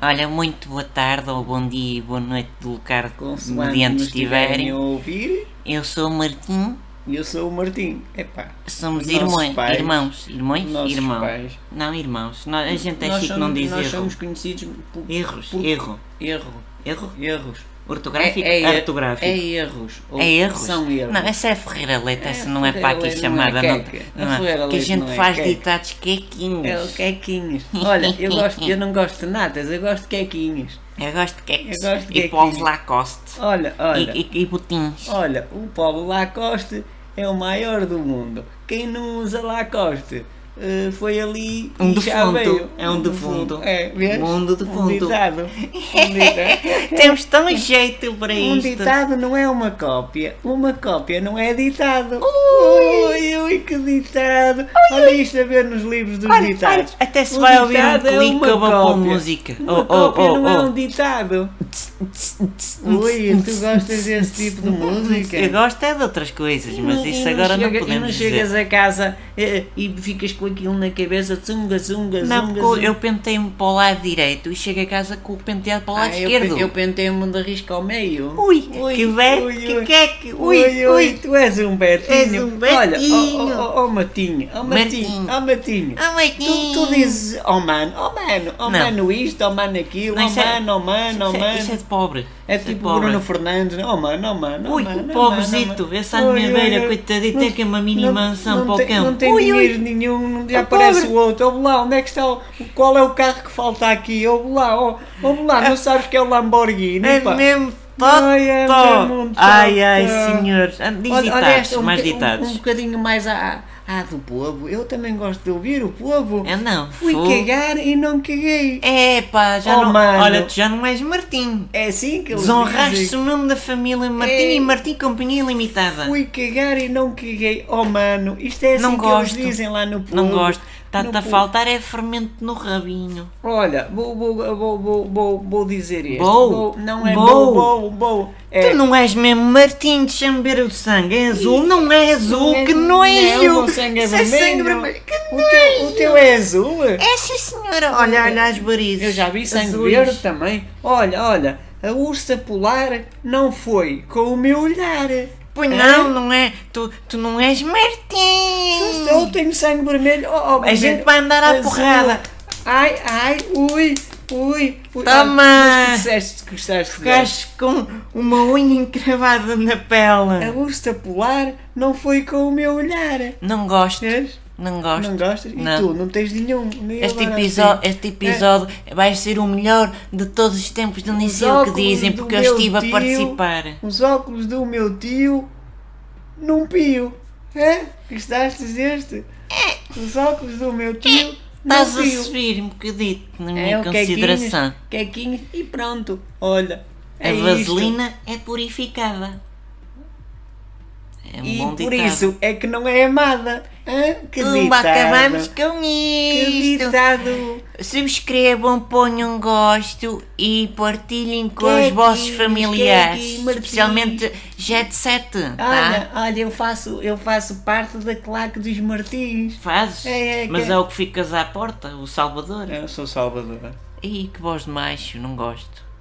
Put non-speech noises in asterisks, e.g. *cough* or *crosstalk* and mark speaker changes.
Speaker 1: Olha, muito boa tarde, ou bom dia e boa noite do lugar que
Speaker 2: Consoante
Speaker 1: mediante
Speaker 2: nos
Speaker 1: estiverem.
Speaker 2: estiverem a ouvir,
Speaker 1: Eu sou o Martim,
Speaker 2: e eu sou o Martim. Epá,
Speaker 1: somos
Speaker 2: Nossos
Speaker 1: irmãos.
Speaker 2: pais.
Speaker 1: irmãos. Irmãos?
Speaker 2: nossos
Speaker 1: irmãos.
Speaker 2: pais.
Speaker 1: Não, irmãos. Nós- a gente é
Speaker 2: nós
Speaker 1: chique
Speaker 2: somos,
Speaker 1: não diz
Speaker 2: nós
Speaker 1: erro.
Speaker 2: somos conhecidos por
Speaker 1: Erros.
Speaker 2: por-
Speaker 1: Erro.
Speaker 2: erro.
Speaker 1: Erro?
Speaker 2: Erros.
Speaker 1: Ortográfico?
Speaker 2: é, é,
Speaker 1: Ortográfico.
Speaker 2: É erros. Ou
Speaker 1: É erros?
Speaker 2: São erros.
Speaker 1: Não, essa é Ferreira Leite,
Speaker 2: É,
Speaker 1: essa não é
Speaker 2: Ferreira
Speaker 1: para aqui
Speaker 2: Leite não
Speaker 1: chamada.
Speaker 2: é
Speaker 1: não,
Speaker 2: queca.
Speaker 1: não
Speaker 2: A
Speaker 1: é.
Speaker 2: Ferreira
Speaker 1: que a
Speaker 2: Leite
Speaker 1: gente
Speaker 2: não é
Speaker 1: faz
Speaker 2: queca.
Speaker 1: ditados quequinhos.
Speaker 2: É o quequinhos. Olha, eu, gosto, eu não gosto de natas, eu gosto de quequinhos.
Speaker 1: Eu gosto de queques.
Speaker 2: Eu gosto de
Speaker 1: e
Speaker 2: quequinhos.
Speaker 1: povos Lacoste.
Speaker 2: Olha, olha.
Speaker 1: E, e, e botins.
Speaker 2: Olha, o Paulo Lacoste é o maior do mundo. Quem não usa Lacoste eh, foi ali
Speaker 1: Um
Speaker 2: e já
Speaker 1: defunto.
Speaker 2: veio.
Speaker 1: É um defunto.
Speaker 2: É, vês?
Speaker 1: Mundo
Speaker 2: Um
Speaker 1: defunto.
Speaker 2: ditado. Um
Speaker 1: *laughs*
Speaker 2: ditado.
Speaker 1: Temos tão jeito para
Speaker 2: Um
Speaker 1: isto.
Speaker 2: ditado não é uma cópia, uma cópia não é ditado. Ui, ui, que ditado! Olha isto a ver nos livros dos
Speaker 1: Olha, olha,
Speaker 2: ditados.
Speaker 1: até se
Speaker 2: O
Speaker 1: vai ouvir um
Speaker 2: ditado é
Speaker 1: clique
Speaker 2: uma
Speaker 1: eu vou pôr
Speaker 2: cópia.
Speaker 1: música.
Speaker 2: Uma
Speaker 1: Oh, oh,
Speaker 2: cópia não é um
Speaker 1: oh,
Speaker 2: ditado.
Speaker 1: oh. *laughs*
Speaker 2: Ui, tu gostas desse tipo de música?
Speaker 1: Eu gosto é de outras coisas, mas
Speaker 2: E
Speaker 1: isso agora não
Speaker 2: chega- E
Speaker 1: podemos
Speaker 2: não
Speaker 1: dizer.
Speaker 2: chegas a casa eh, e ficas com aquilo na cabeça, zunga, zunga,
Speaker 1: Não,
Speaker 2: zunga.
Speaker 1: porque eu- eu pentei-me para o lado direito e chego a casa com o penteado para o lado
Speaker 2: Ah, eu pe-
Speaker 1: esquerdo.
Speaker 2: Eu, pentei-me de risco ao meio.
Speaker 1: Ui, que velho,
Speaker 2: ui,
Speaker 1: que
Speaker 2: ui.
Speaker 1: queque, ui,
Speaker 2: Ui,
Speaker 1: ui.
Speaker 2: tu és um betinho.
Speaker 1: És um
Speaker 2: Olha,
Speaker 1: betinho.
Speaker 2: ó oh, oh, matinho, ó matinho,
Speaker 1: Matinho.
Speaker 2: ó matinho.
Speaker 1: Ah, mas
Speaker 2: Tu, tu dizes, oh mano, oh mano, oh
Speaker 1: Não.
Speaker 2: mano isto, oh mano aquilo,
Speaker 1: Não,
Speaker 2: oh
Speaker 1: isso é-
Speaker 2: mano, oh mano, oh
Speaker 1: Isso é- Isso é
Speaker 2: mano.
Speaker 1: de pobre.
Speaker 2: É
Speaker 1: Isso de
Speaker 2: tipo o
Speaker 1: pobre.
Speaker 2: Bruno Fernandes, oh mano, oh mano, oh
Speaker 1: Ui,
Speaker 2: mano.
Speaker 1: o
Speaker 2: oh
Speaker 1: pobrezito,
Speaker 2: mano, oh mano.
Speaker 1: essa minha
Speaker 2: Ui, ui,
Speaker 1: velha
Speaker 2: ui.
Speaker 1: coitadita
Speaker 2: Não-
Speaker 1: que é uma mini
Speaker 2: não-
Speaker 1: mansão
Speaker 2: não
Speaker 1: para o
Speaker 2: tem-
Speaker 1: cão.
Speaker 2: Não tem
Speaker 1: Ui, ui.
Speaker 2: dinheiro nenhum, não- já
Speaker 1: Ah,
Speaker 2: aparece
Speaker 1: pobre.
Speaker 2: o outro. Ouve lá, onde é que está o. Qual é o carro que falta aqui? Ouve lá, oh, ouve lá, não sabes que é o Lamborghini,
Speaker 1: Ah. É
Speaker 2: pá.
Speaker 1: mesmo
Speaker 2: Ai, é mesmo
Speaker 1: toto.
Speaker 2: um
Speaker 1: Ai, ai,
Speaker 2: totó.
Speaker 1: senhores. Ah, Diz
Speaker 2: Olha, olha
Speaker 1: ditados,
Speaker 2: esta, um,
Speaker 1: mais
Speaker 2: boca- um-
Speaker 1: ditados.
Speaker 2: Um, bocadinho mais à, à à do povo. Eu também gosto de ouvir o povo.
Speaker 1: Eu não.
Speaker 2: Fui
Speaker 1: um fogo.
Speaker 2: cagar e não caguei.
Speaker 1: É pá, já
Speaker 2: Oh,
Speaker 1: não.
Speaker 2: mano.
Speaker 1: Olha, tu já não és Martim.
Speaker 2: É assim que eles
Speaker 1: Desonraste
Speaker 2: dizem.
Speaker 1: o nome da família Martim
Speaker 2: É.
Speaker 1: e Martim Companhia Limitada.
Speaker 2: Fui cagar e não caguei. Oh mano, isto é assim
Speaker 1: Não
Speaker 2: que
Speaker 1: gosto.
Speaker 2: eles dizem lá no povo.
Speaker 1: Não gosto. Está-te
Speaker 2: No
Speaker 1: a
Speaker 2: povo.
Speaker 1: faltar é fermento no rabinho.
Speaker 2: Olha, vou, vou, vou, vou, vou, vou dizer isto.
Speaker 1: Vou.
Speaker 2: Não é
Speaker 1: Vou.
Speaker 2: vou, vou, vou. É.
Speaker 1: Tu não és mesmo Martim de Chamber o sangue, é azul, não é azul,
Speaker 2: Não é-
Speaker 1: que nojo!
Speaker 2: Não, o sangue é
Speaker 1: Isso é
Speaker 2: vermelho.
Speaker 1: sangue vermelho, que
Speaker 2: o, teu, o
Speaker 1: nojo!
Speaker 2: teu é azul?
Speaker 1: Essa senhora, olha, olha as varizes.
Speaker 2: Eu já vi sangue
Speaker 1: azuis.
Speaker 2: verde também. Olha, olha, a ursa polar não foi com o meu olhar.
Speaker 1: Pois
Speaker 2: Hã?
Speaker 1: não, não é? Tu, tu não és Martim!
Speaker 2: Eu tenho sangue vermelho. Oh, oh,
Speaker 1: Hum. A gente vai andar à
Speaker 2: azul.
Speaker 1: porrada.
Speaker 2: Ai, ai, ui, ui, ui.
Speaker 1: Toma.
Speaker 2: Ah, mas tu disseste que gostaste de
Speaker 1: Ficaste com uma unha encravada na
Speaker 2: A
Speaker 1: pele.
Speaker 2: ursa polar não foi com o meu olhar.
Speaker 1: Não gosto,
Speaker 2: Vês?
Speaker 1: não gosto.
Speaker 2: Não gostas? E
Speaker 1: Não.
Speaker 2: tu? Não tens nenhum. Nem
Speaker 1: Este,
Speaker 2: agora
Speaker 1: episódio,
Speaker 2: assim.
Speaker 1: este episódio vai ser o melhor de todos os tempos, de nem sei o que
Speaker 2: óculos
Speaker 1: dizem,
Speaker 2: do
Speaker 1: porque eu
Speaker 2: meu
Speaker 1: estive a
Speaker 2: tio.
Speaker 1: participar.
Speaker 2: Os óculos do meu tio num pio. É? Gostaste deste? Os óculos do meu tio num
Speaker 1: É. Estás a
Speaker 2: pio.
Speaker 1: subir um bocadito na minha
Speaker 2: É o
Speaker 1: consideração.
Speaker 2: quequinho, quequinho e pronto. Olha. É
Speaker 1: a
Speaker 2: isto.
Speaker 1: vaselina é purificada. É um
Speaker 2: E
Speaker 1: bom
Speaker 2: por
Speaker 1: ditado.
Speaker 2: isso é que não é amada. Hã? Que
Speaker 1: Pumba, acabamos
Speaker 2: ditado.
Speaker 1: com
Speaker 2: Que
Speaker 1: isto.
Speaker 2: ditado.
Speaker 1: Subscrevam, ponham gosto e partilhem com os
Speaker 2: Quequinhos,
Speaker 1: vossos familiares.
Speaker 2: quequinhos, Martim.
Speaker 1: especialmente Jet 7. Tá?
Speaker 2: Olha, olha, eu faço, eu faço parte da claque dos Martins.
Speaker 1: Fazes?
Speaker 2: É, é,
Speaker 1: mas
Speaker 2: que-
Speaker 1: é o que ficas à porta, o Salvador.
Speaker 2: Eu sou Salvador.
Speaker 1: Ih, que voz de macho, não gosto.